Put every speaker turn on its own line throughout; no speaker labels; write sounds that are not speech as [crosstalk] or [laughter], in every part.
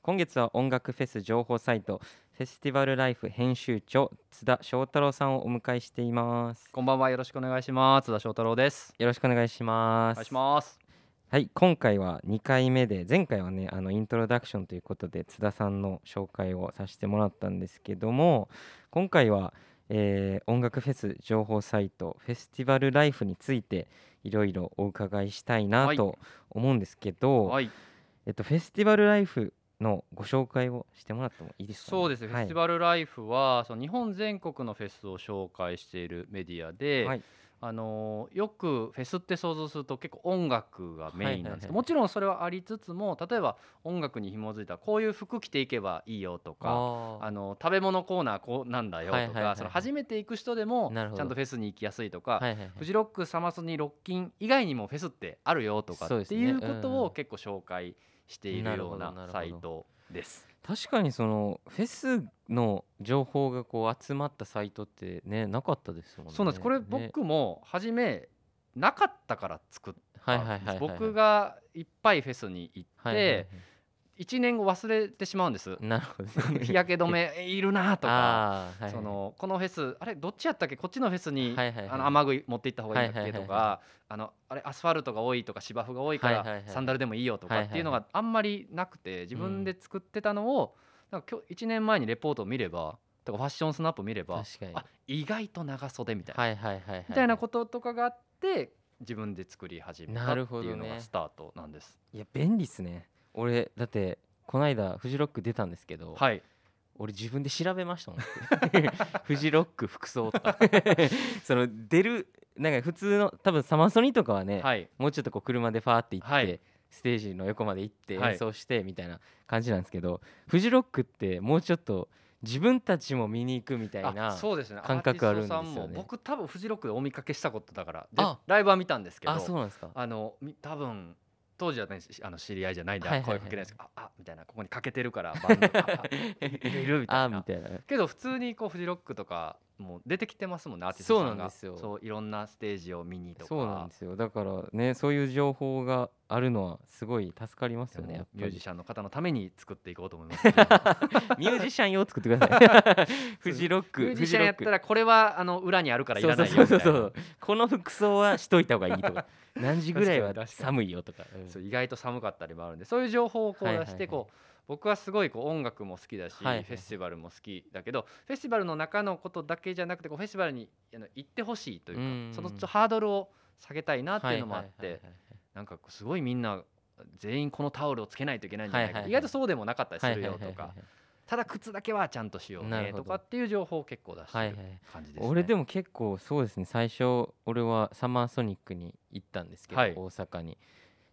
今月は音楽フェス情報サイトフェスティバルライフ編集長津田翔太郎さんをお迎えしています
こんばんはよろしくお願いします津田翔太郎です
よろしくお願いしま
お
す
願いします
はい今回は2回目で前回はねあのイントロダクションということで津田さんの紹介をさせてもらったんですけども今回は、えー音楽フェス情報サイトフェスティバルライフについていろいろお伺いしたいな
はい
と思うんですけど、
はい
えっと、フェスティバルライフのご紹介をしてもらってもいいですかね、
そうですね、フェスティバルライフはその日本全国のフェスを紹介しているメディアで、
はい
あのーよくフェスって想像すると結構音楽がメインなんで
はいはい
すけど、
はい
もちろんそれはありつつも例えば音楽に紐づいたこういう服着ていけばいいよとかあ
あ
の食べ物コーナーこうなんだよとか、
はいはいはいはい
その初めて行く人でもち
なるほど
ゃんとフェスに行きやすいと
は
か、
いはいはい
フジロックサマソニーロッキン以外にもフェスってあるよとか
そうで
っ
す
て
ね
いうこ
うん
と
うん
を結構紹介してい
な
る
る
よ
ほ
う
ど
な
なるほど
サイトです。
確かにそのフェスの情報がこう集まったサイトってねなかったですもんね
そうなんですこれ
ね
僕も初めなかったから作っ
はい
た
はいはい
ん
は
で
い
す僕がいっぱいフェスに行っ
はいはいはい
て1年後忘れてしまうんです。
なるほど
[laughs] 日焼け止めえいるなとか
[laughs] あーはいはい
そのこのフェスあれどっちやったっけこっちのフェスに
はいはいはい
あの雨具い持って行った方がいいんだっ
は
け
いはい
と
はい
かあのあれアスファルトが多いとか芝生が多いか
はいはい
ら
はい
サンダルでもいいよとかっていうの
はい
があんまりなくて自分で作ってたのをなんか今日1年前にレポートを見ればとかファッションスナップを見れば
確かに
あ意外と長袖みたいな
はいはいはいはい
みたいなこととかがあって自分で作り始めた
な
って
るほどね
いうのがスタートなんです。
いや便利っすね俺だってこの間フジロック出たんですけど、
はい、
俺自分で調べましたもん [laughs] フジロック服装と
[laughs]
かその出るなんか普通の多分サマソニとかはね、
はい、
もうちょっとこう車でファーって行って、
はい
ステージの横まで行って
はい
演奏してみたいな感じなんですけど、フジロックってもうちょっと自分たちも見に行くみたいな
あそうですね
感覚あるんですよね
アーティストさんも僕多分フジロックでお見かけしたことだからで
あ
ライブは見たんですけど
あそうなんですか
あのみ多分当時は、ね、しあの知り合いじゃないんで、
はいはいはい
声かけないですけどああみたいなここに欠けてるからバンドあ
[laughs]
あいるいるみた
あ
い
み
な
たいな
けど普通にこうフジロックとかも出てきてますもんねアーティスト
そう
さ
なんんで
が
すよ
そういろんなステージを見にとか
そうなんですよだからねそういう情報があるのはすごい助かりますよね
で
や
も
っ
ミ
ぱ
ュージ
り
シャンの方のために作っていこうと思いますけ
[laughs]
ど
ミュージシャン用作ってくだ
[laughs]
さいフジロック
ミュージシャンやった
フ
らこれはあの裏にあるからい
ジロ
ら
ック
ないよ
そう
み
そ
たいう
そ
な
うそうこの服装はしといた方がいいとか何時ぐらいは
確かに確かに
寒いよとか、うん
そう意外と寒かったりもあるんでそういう情報をこう
はいはい
出
はい
してこう僕はすごいこう音楽も好きだし、
はいはい
フェスティバルも好きだけどフェスティバルの中のことだけじゃなくてこうフェスティバルにあの行ってほしいというか
うんうんうん
そのちょっとハードルを下げたいなっていうのもあって、
はいはいはいはい
なんかこうすごいみんな全員このタオルをつけないといけないんじゃない
は
か、
いはいはい
意外とそうでもなかったりす
はい
るよとか、ただ靴だけはちゃんとしよう
なる
ね
ほど
とかっていう情報を結構出して
はいはいはいはい
る
はい
感じですね。
俺でも結構そうですね最初俺はサマーソニックに行ったんですけど、
はい
大阪に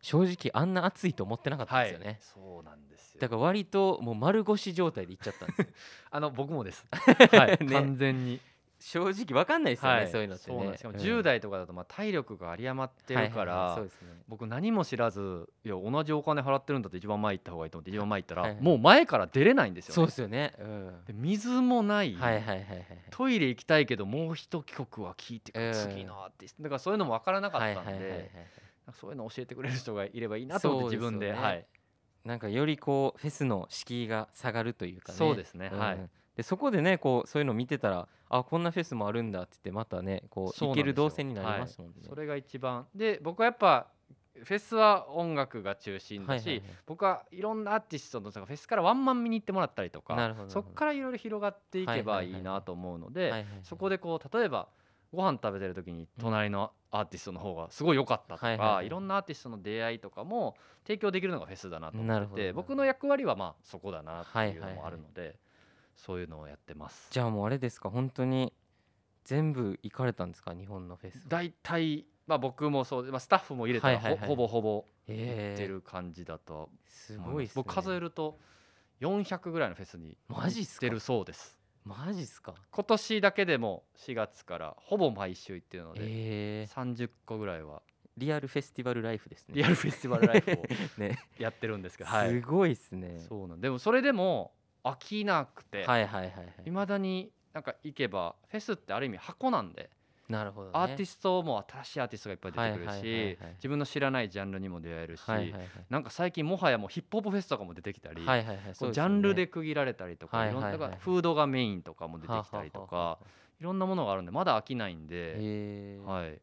正直あんな暑いと思ってなかったん
は
です
い
よね、
そうなんですよ
だから割ともう丸腰状態で行っちゃったんですよ
あの僕もです、は
[laughs]
い
ね
完全に [laughs]
正直わかんないですよね、そういうのって
そうなん
ね
ですよ、
うん
10代とかだとまあ体力が有り余って
はい
る
はい
から、
はいそうですね
僕何も知らずいや同じお金払ってるんだって一番前行った方がいいと思って一番前行ったら、
はいはい
もう前から出れないんですよ、ね、
そうですよね、うん
で水もない、
はいはいはいはいはい
トイレ行きたいけどもう一曲は聞いてく
うん
次のアーティストだからそういうのも分からなか
はい
った
はい
ん
は
で、
いはい
なんかそういうの教えてくれる人がいればいいなと思って自分で
そうですよね
はい
なんかよりこうフェスの敷居が下がるというかね
そうですね、
うん
はい、
でそこでねこうそういうの見てたらあこんなフェスもあるんだって言ってまたねこう
そうな
行け
んですよ
る動線になりますもんね、
それが一番で僕はやっぱフェスは音楽が中心
は
だ
い
し、
はいはい
僕はいろんなアーティストのそのフェスからワンマン見に行ってもらったりと
な
か
るほどなる
そ
ほど
こからいろいろ広がっていけ
は
ば
いはいはい
い
はい
いなと思うの
はい
で
はいはい
そこでこう例えばご飯食べてる時に隣のアーティストの方がすごい良かったと
はいはいは
か
い
いろんなアーティストの出会いとかも提供できるのがフェスだなと
な
思
る
っ
ほど
て
なる
て
ほど
僕の役割はまあそこだなっていう
はい
の
はい
も
はい
あるのでそういうのをやってます。
じゃあもうあれですか本当に全部行かれたんですか日本のフェスは
大体まあ僕もそうで、まあ、スタッフも入れたら
はいはい
ほ
はい
ほぼほぼ行
え
って
え
る感じだとは
す
思
ごいっ
ます
すね
僕数えると400ぐらいのフェスに
マジっ
行
す
っ
か
てるそうです
マジっすか
今年だけでも4月からほぼ毎週行ってるので、
ええ
30個ぐらいは
リアルフェスティバルライフですね
リアルフェスティバルライフを
[laughs] ね
やってるんですけど、は
す
い、
ごいっすね
そうなんでもそれでも飽きなくて、
はいはいはいはい
未だになんか行けばフェスってある意味箱なんで
なるほど、ね、
アーティ
ス
ストも新しいアーティストがいっぱい出てく
はいはいはい
るし
はい
自分の知らないジャンルにも出会えるし、
はいはい
なんか最近もはやもうヒップホップフェスとかも出てきたり、
はいはいはいはい
こ
そうう
ジ
すよ
ャ
ね
ンルで区切られたりとか,、
はいいはいはい
ろんなフードがメインとかも出てきたりと
ははは
か
はい
ろんなものがあるんでまだ飽きないんで、
へー
はい、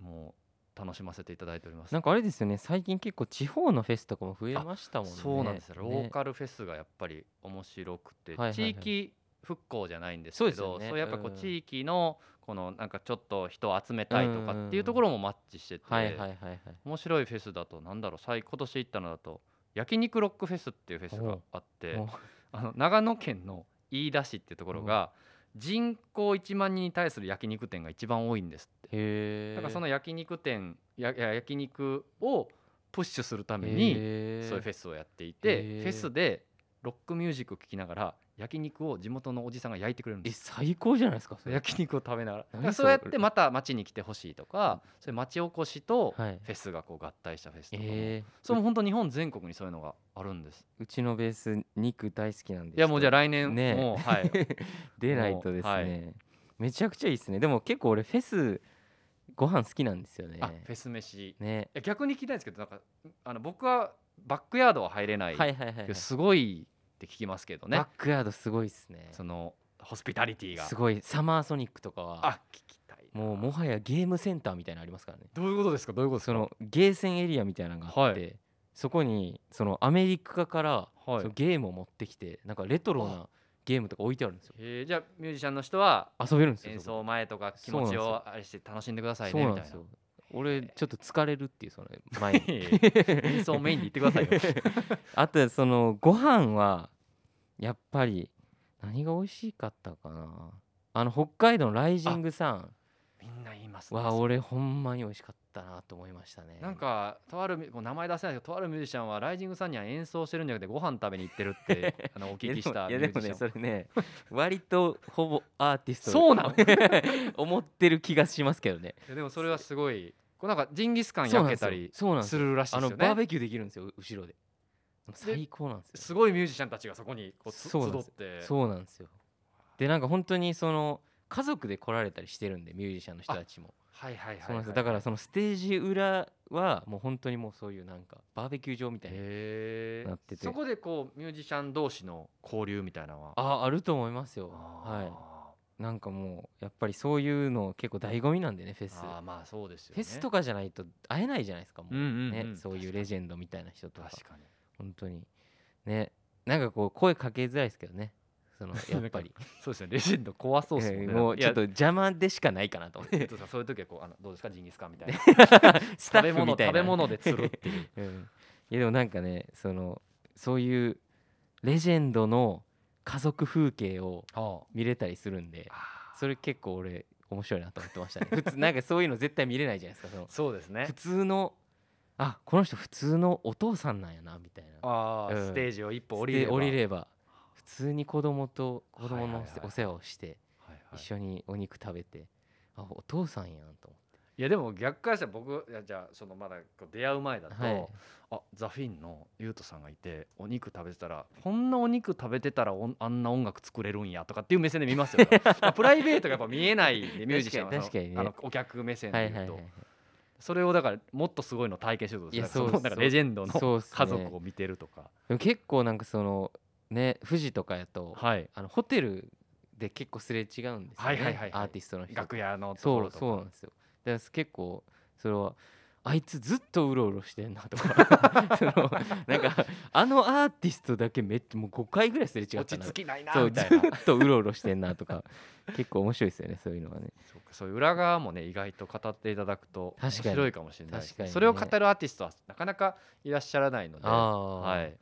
もう楽しませていただいております。
なんかあれですよね最近結構地方のフェスとかも増えましたもんね
そうなんですよ、ロー
ね
カルフェスがやっぱり面白くて、
はいはいはい
地域復興じゃないんです
そう
け
ですよ
ど
ね
そうやっぱこ
うん
う地域のこのなんかちょっと人を集めたいとかっていうところもマッチしてて、
はいはいはいはい
面白いフェスだとなんだろう最今年行ったのだと焼肉ロックフェスっていうフェスがあって
おう
あの長野県の飯田市っていうところが人口1万人に対する焼肉店が一番多いんですって
へえ
だからその焼肉店やや焼肉をプッシュするためにそういうフ
ェ
ェスをやってい
へ
て
ー
フェスでロックミュージック聴きながら焼肉を地元のおじさんが焼いてくれるん
え
です
最高じゃないですかそれ
焼肉を食べながらだ
何
から
そ
そう
れ
やってまた町に来てほしいとかそういう町おこしとフ
はい
ェスがこう合体したフェスとかも
えー
それも本当日本全国にそういうのがあるんです
うちのベース肉大好きなんです
いやもうじゃあ来年
ねえ
もう [laughs] はい
出ないとですね、
もうは
めちゃくちゃいいですねでも結構俺フェスご飯好きなんですよね
あフェス飯い
ね
や逆に聞きたいんですけどなんかあの僕はバックヤードは入れな
はいいはいはい、はい
けどすごいって聞きますけどね
バックヤードすごいですね
そのホスピタリティが
すごいサマーソニックとかは
あ聞きたいな
もうもはやゲームセンターみたいなのありますからね
どういうことですかどういうことです
そ
か
のゲーセンエリアみたいなのがあって、そこにそのアメリカから、
はい
そのゲームを持ってきてなんかレトロなゲームとか置いてあるんですよ
えーじゃあミュージシャンの人は
遊べるんですよ
演
そこ
奏前とか気
そうなん
持
です
ち
よ
をあれして楽しんでください
そう
ね
な
み
ん
た
で
い
す
な
よ俺ちょっと疲れるっていうその前に
演奏メインで言ってください [laughs] よ
[laughs] あとそのご飯はやっぱり何が美味しかったかなあの北海道のライジングさん
みんな言いますね
は俺ほんまに美味しかったなと思いましたね
なんかとあるみこう名前出せないけどとあるミュージシャンはライジングさんには演奏してるんじゃなくてご飯食べに行ってるって
[laughs]
あのお聞きした
い
ミュ
やで
ージ
も
シ
ね
ャ
そ
ン
れね割とほぼアーティスト
そうなの
[laughs] 思ってる気がしますけどね
いやでもそれはすごいこうなんかジンギスカン焼けたり
そうなんです
す
よ
るらしい
あ
で
の
すよ
バー
ね
ベキューできるんですよ後ろで最高なんですよ
すごいミュージシャンたちがそこにこうつ集
そうなんで
っ
す
て
そうなんですよでなんか本当にその家族で来られたりしてるんでミュージシャンの人たちも
はいはいはいはい
そうなんですよだからそのステージ裏はもう本当にもうそういうなんかバーベキュー場みたいな
へー
なってて
そこでこうミュージシャン同士の交流みたいなのは
ああると思いますよ
あ
は
ー
いなんかもうやっぱりそういうの結構醍醐味なんでねフェス
あーまあそうですよ
フ
ね
ェスとかじゃないと会えないじゃないですかも
うんうん
う
うん
ねそういうレジェンドみたいな人とか
確かに
本当にねなんかこう声かけづらいですけどねそ
[laughs]
のやっぱり
そうですねレジェンド怖そうですもん
え
ね
ーもう
い
ちょ
や
っと邪魔でしかないかなと思っ
[laughs] えってとさそういう時はこうあのどうですかジンギスカンみたいな
スタ
食べ
ッフ
物
みたいな
食べ物で釣るって [laughs] いう
うんいやでもなんかねそのそういうレジェンドの家族風景を
あ
見れたりするんで
あ
それ結構俺面白いなと思って
[laughs]
ましたね普通なんかそういうの絶対見れないじゃないですかその
そうですね
普通のあこの人普通のお父さんなんやなみたいな
ああ、
うん
ステージを一歩降
降
りれば
降りれば普通に子供と子供
はいはい
の
はいはい
お世話をして
はいはい
一緒にお肉食べてあお父さんやんと思
いやでも逆からしたら僕いやじゃあそのまだこう出会う前だと、
ってはい
あザフィンのユウトさんがいてお肉食べてたらこんなお肉食べてたらおんあんな音楽作れるんやとかっていう目線で見ます
[laughs]
よ、ね、プライベートがやっぱ見えないんでミュージシャンはその
確かにね
あのお客目線
は
で
い
言
は
う
い
と、
はい
それをだからもっとすごいの体験しようとする
いやそう
のなんかレジェンドの
そうっすね
家族を見てるとか、
でも結構なんかそのね富士とかやと
はい、
あのホテルで結構すれ違うんですよね、
はいはいはいはい
アーティストの人と
楽屋のとこ
そ
ろ
う
とか
そうなんですよだから結構それはあいつずっとうろうろしてんなと
[laughs]
かそのなんかあのアーティストだけめっちゃもう5回ぐらいすれ違ったな
落ち着きないな
そう
み
ず
た
っ
いな
とうろうろしてんなと
[laughs]
か結構面白いですよねそういうのはね
そうかそういう裏側もね意外と語っていただくと面
確かに
白いかもしれないですね
確かにね
それを語るアーティストはなかなかいらっしゃらないので、
ああ、
はい、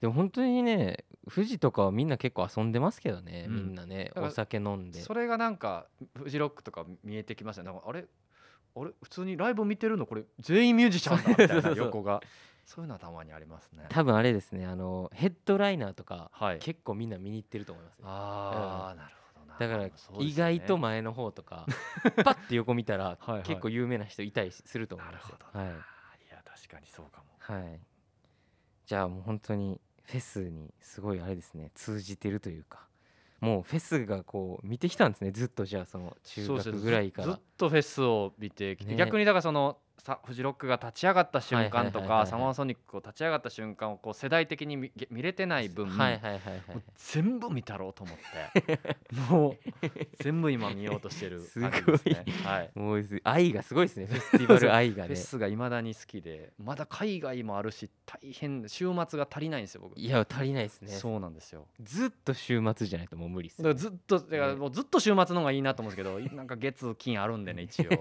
でも本当にね富士とかはみんな結構遊んでますけどね、
うん
みんなね
だから
お酒飲んで
それがなんかフジロックとか見えてきましたねなんかあれあれ普通にライブ見てるのこれ全員ミュージシャンだみた
そうそう
いな
そう
横がそういうのはたまにありますね。
多分あれですねあのヘッドライナーとか
はい、
結構みんな見に行ってると思いますよ
ああ、なるほど
だ
な
か
ま
ら
あそうで
意
すよね
外と前の方と
[laughs]
かパッて横見たら
はいはい
結構有名な人いたりすると思いますよ
なる
はい
ほどないや確かにそうかも
はいじゃあもう本当にフェスにすごいあれですね通じてるというかもうフェスがこう見てきたんですねずっとじゃあその中
そうです
学
ね
ぐらいか
ず
ら
ずっとフェスを見てきて、
ね
逆にだからそのさフジロックが立ち上がった瞬間と
はいはいはいはいは
か
い
サマーソニックを立ち上がった瞬間をこう世代的に見げ見れてない分、
はいはいはいはい
もう全部見たろうと思って
[laughs]
もう全部今見ようとしてる感じですね。はい
もうす愛がすごいですねフェスティバル愛が
フェ
ね
スがいまだに好きでまだ海外もあるし大変週末が足りないんですよ僕、
いや足りないですね
そうなんですよ
ずっと週末じゃないともう無理です
だ
ね、
からずっとだから
ね
もうずっと週末の方がいいなと思うんですけどなんか月金あるんでね
[laughs]
一応も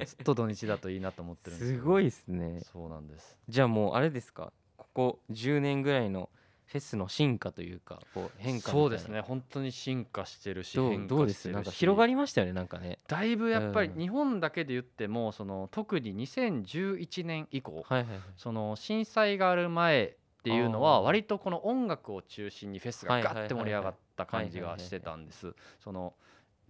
うずっと土日だといいなと思ってるんですす
ごい
い
ですね
そうなんです
じゃあもうあれですかここ10年ぐらいのフェスの進化というかこう変化みたいな
そうですね本当に進化してるし
どう
変化
どうで
して
す
るし
なんか広がりましたよねなんかね
だいぶやっぱり
うん
日本だけで言っても、その特に2011年以降、
はいはいはい
その震災がある前っていうの
あー
は割とこの音楽を中心にフェス
は
が
いはいはい
ガッて盛り上がった感じがしてたんです。その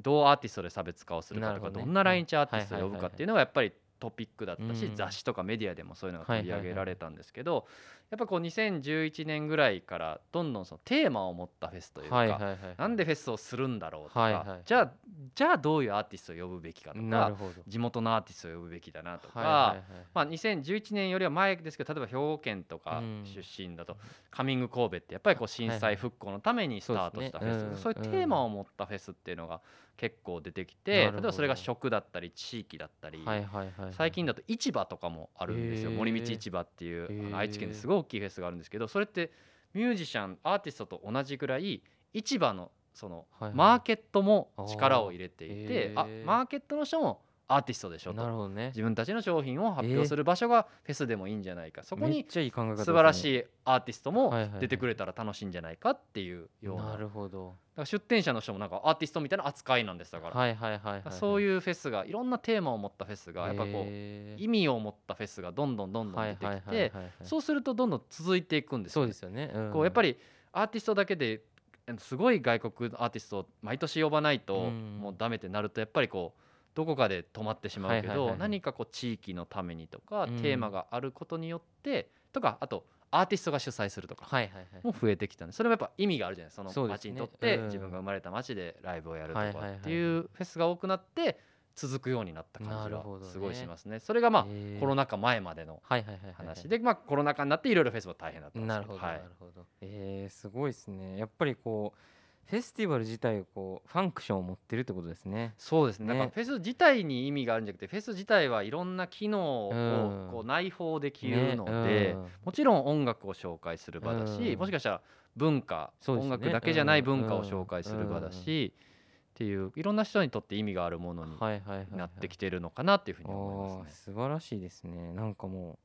どうアーティストで差別化をするかと
な
か
るほど
ど
ね
んな来日アーティスト
はい
を
はいはい
呼ぶ
はい
かっていうのがやっぱりトピックだった
う
し
ん
雑誌とかメディアでもそういうのが取り上げられたんですけどやっぱこう2011年ぐらいからどんどんそのテーマを持ったフェスという
はいはい
か
はい
なんでフェスをするんだろうと
はいは
か
い
じゃあじゃあどういうアーティストを呼ぶべきかと
なる
か
ほど
地元のアーティストを呼ぶべきだなとか、
はいはいはい
まあ、2011年よりは前ですけど例えば兵庫県とか
うん
出身だと、カミング神戸ってやっぱりこう震
はいはい
災復興のためにスタートしたフェス、
そうですね
そういうテーマを持ったフェスっていうのが結構出てきて、
なるほど
例えばそれが食だったり地域だったり、
はいはいはいはい
最近だと市場とかもあるんですよ、
へー
森道市場っていうあの
へー
愛知県ですごい大きいフェスがあるんですけどそれってミュージシャンアーティストと同じぐらい市場のその
はいはい
マーケットも力を入れていて、
あー
あ
へー
マーケットの人もアーティストでしょと
なるほどね
自分たちの商品を発表する場所がフェスでもいいんじゃないか、そこ
めっ
に
ちゃいい考え方
素晴らし
い
いアーティストも
はいはいはい
出てくれたら楽しいんじゃないかっていうような
な
だ
るほど
から出店者の人もなんかアーティストみたいな扱いなんですだから,、
はいはいはいはい
そう
う
いうフェスがいろんなテーマを持ったフェスがやっぱこう、意味を持ったフェスがどんどんどんどん出てきて
そう
そうするとどんどん続いていくんです
そ
よ
う
ね
ですよね
こうやっぱ
り
りアーティストだけであのすごい外国アーティストを毎年呼ばないと
うん
もうダメってなるとやっぱりこうどこかで止まってしまうけ
はいはいはいは
ど
い
何かこう地域のためにとか
うん
テーマがあることによってとかあとアーティストが主催するとか
はいはいはい
も増えてきたんでそれもやっぱ意味があるじゃないそ
そう
の
です
街
ね
にとっ
う
て
ん
自分が生まれた街でライブをやると
は
か
いはいはい
っていうフェスが多くなって続くようになった感
な
じ
る
が
ほどね
すごいしますね。それがまあ
へー
コロナ禍前までの
はいはいはいはいはい
話でまあコロナ禍になっていろいろフェスも大変だったんです
な
け
るほど、
は
ないるほどえー、すごいですねやっぱりこうフェスティバル自体をこうファンクションを持ってるってことですね
そうですね
ね
なんかフェス自体に意味があるんじゃなくてフェス自体はいろんな機能
うん
をこう内包できるので、
ねうん
もちろん音楽を紹介する場だし、
うん
もしかしたら文化、
そうです
音
ね
楽だけじゃない文化
う
を
ん
紹介する場だし、っていういろんな人にとって意味があるものに
はいはいはい、はい、
なってきてるのかなっていうふうに
あ
思い
ー
ますね。
素晴らしいですねなんかも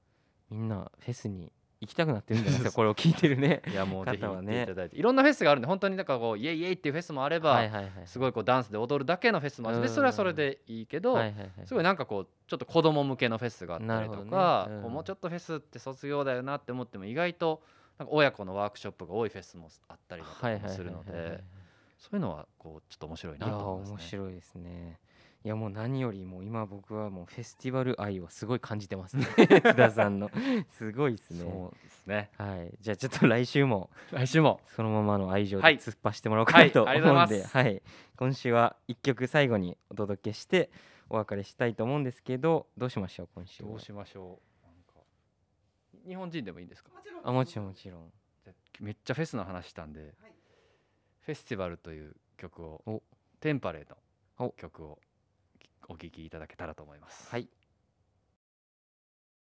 うみんなフェスに行きたくなってるんじゃないですか
[laughs]
これを聞いてるね
いやもうぜひ
方
行
は
っ
ね
ていただいて、いろんなフェスがあるんで本当になんかこうイエイイエイっていうフェスもあれば、
はい [laughs] はいはい
すごいこうダンスで踊るだけのフェスもあるしでそれはそれでいいけど、
はいはいはい
すごいなんかこうちょっと子供向けのフェスがあったりと
なるほ
か
ど、ねうん
こうもうちょっとフェスって卒業だよなって思っても意外となんか親子のワークショップが多いフェスもあったりだと
はいはいは
かも
い
するの
はいはい
でそういうのはこうちょっと面白い
い
な
や
と
ー
思い
面
ますね。
白いですねいやもう何よりも今僕はもうフェスティバル愛をすごい感じて
[laughs]
ますね津田さんのすごいですね
そうですね。
はいじゃあちょっと来週も
来週も
そのままの愛情で
はい
突っ走ってもらおうかなと思
は
う
い
んで、は
あ
い
りがとうございます
今週は一曲最後にお届けしてお別れしたいと思うんですけどどうしましょう今週は
どうしましょう。なんか日本人でもいいんですか。
あもちろんもちろん
じゃあめっちゃフェスの話したんで、フェスティバルという曲を
お
テンパレー
お
の曲をお聴きいただけたらと思います。
はい